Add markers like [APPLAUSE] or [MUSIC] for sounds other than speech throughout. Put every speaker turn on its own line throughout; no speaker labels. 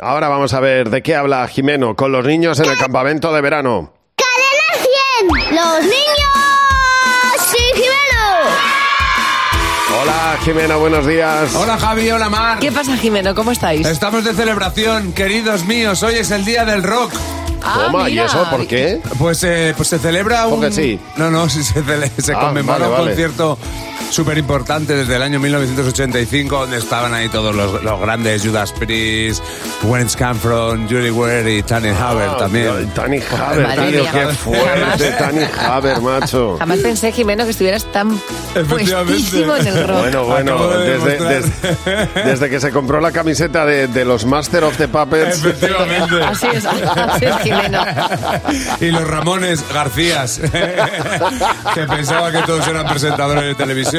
Ahora vamos a ver de qué habla Jimeno con los niños en el campamento de verano.
¡Cadena 100! ¡Los niños! ¡Sí, Jimeno!
Hola Jimeno, buenos días.
Hola Javi, hola Mar.
¿Qué pasa, Jimeno? ¿Cómo estáis?
Estamos de celebración, queridos míos. Hoy es el día del rock.
Ah,
Toma, ¿y
mira.
eso por qué?
Pues, eh, pues se celebra un.
Porque Oh, sí.
No, no, [LAUGHS] sí, se, cele- se
Ah,
conmemora
vale,
un
vale.
concierto súper importante desde el año 1985, donde estaban ahí todos los, los grandes: Judas Priest, Gwen Scanfron, Julie Ware y Tony
Ah,
Haber también.
Tani Haber,
Madre
tío,
mía.
qué fuerte,
Jamás.
Tani Haber, macho.
Jamás pensé, Jimeno, que estuvieras tan
Efectivamente.
puestísimo en el rock.
Bueno, bueno,
Acabo de
desde,
demostrar.
des- desde que se compró la camiseta de, de los Master of the Puppets,
Efectivamente.
Así es, así es, Jimeno.
[LAUGHS] y los Ramones Garcías, [LAUGHS] que pensaba que todos eran presentadores de televisión.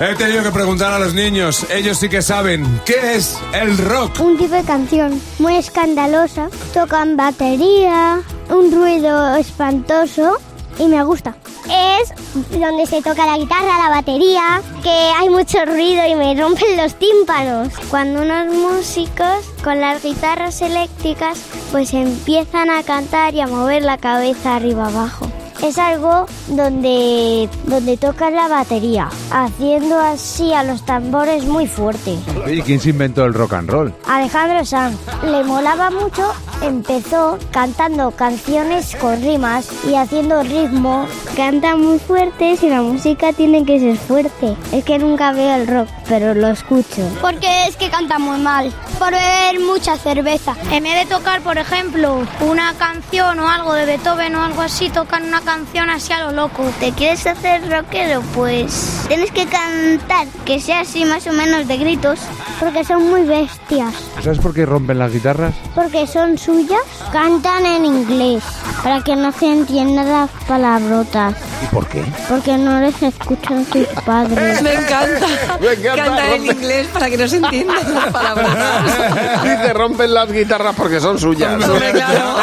He tenido que preguntar a los niños, ellos sí que saben, ¿qué es el rock?
un tipo de canción muy escandalosa. Tocan batería, un ruido espantoso y me gusta. Es donde se toca la guitarra, la batería, que hay mucho ruido y me rompen los tímpanos. Cuando unos músicos con las guitarras eléctricas pues empiezan a cantar y a mover la cabeza arriba abajo. Es algo donde, donde tocas la batería, haciendo así a los tambores muy fuerte.
¿Y quién se inventó el rock and roll?
Alejandro Sanz le molaba mucho, empezó cantando canciones con rimas y haciendo ritmo. Canta muy fuerte, si la música tiene que ser fuerte. Es que nunca veo el rock, pero lo escucho. Porque es que canta muy mal, por beber mucha cerveza.
En vez de tocar, por ejemplo, una canción o algo de Beethoven o algo así, tocan una canción así a lo loco.
¿Te quieres hacer rockero? Pues tienes que cantar, que sea así más o menos de gritos. Porque son muy bestias.
¿Sabes por qué rompen las guitarras?
porque son suyas, cantan en inglés para que no se entiendan las palabrotas. ¿Y por qué? Porque no les escuchan sus padres.
Me encanta.
Me encanta,
Cantar en
Rosa.
inglés para que no se entiendan las palabras.
dice rompen las guitarras porque son suyas.
Hombre, claro.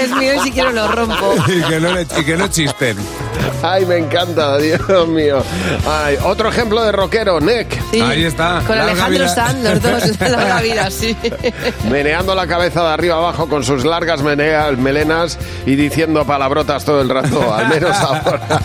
Es mío y si quiero lo rompo.
[LAUGHS] Y que no, le- y que no chisten.
Ay, me encanta, Dios mío. Ay, otro ejemplo de rockero, Nick,
Sí.
Ahí está,
Con
larga
Alejandro
vida.
Sanz, los dos. Larga vida, sí.
meneando la cabeza de arriba abajo con sus largas meneas, melenas y diciendo palabrotas todo el rato, al menos ahora.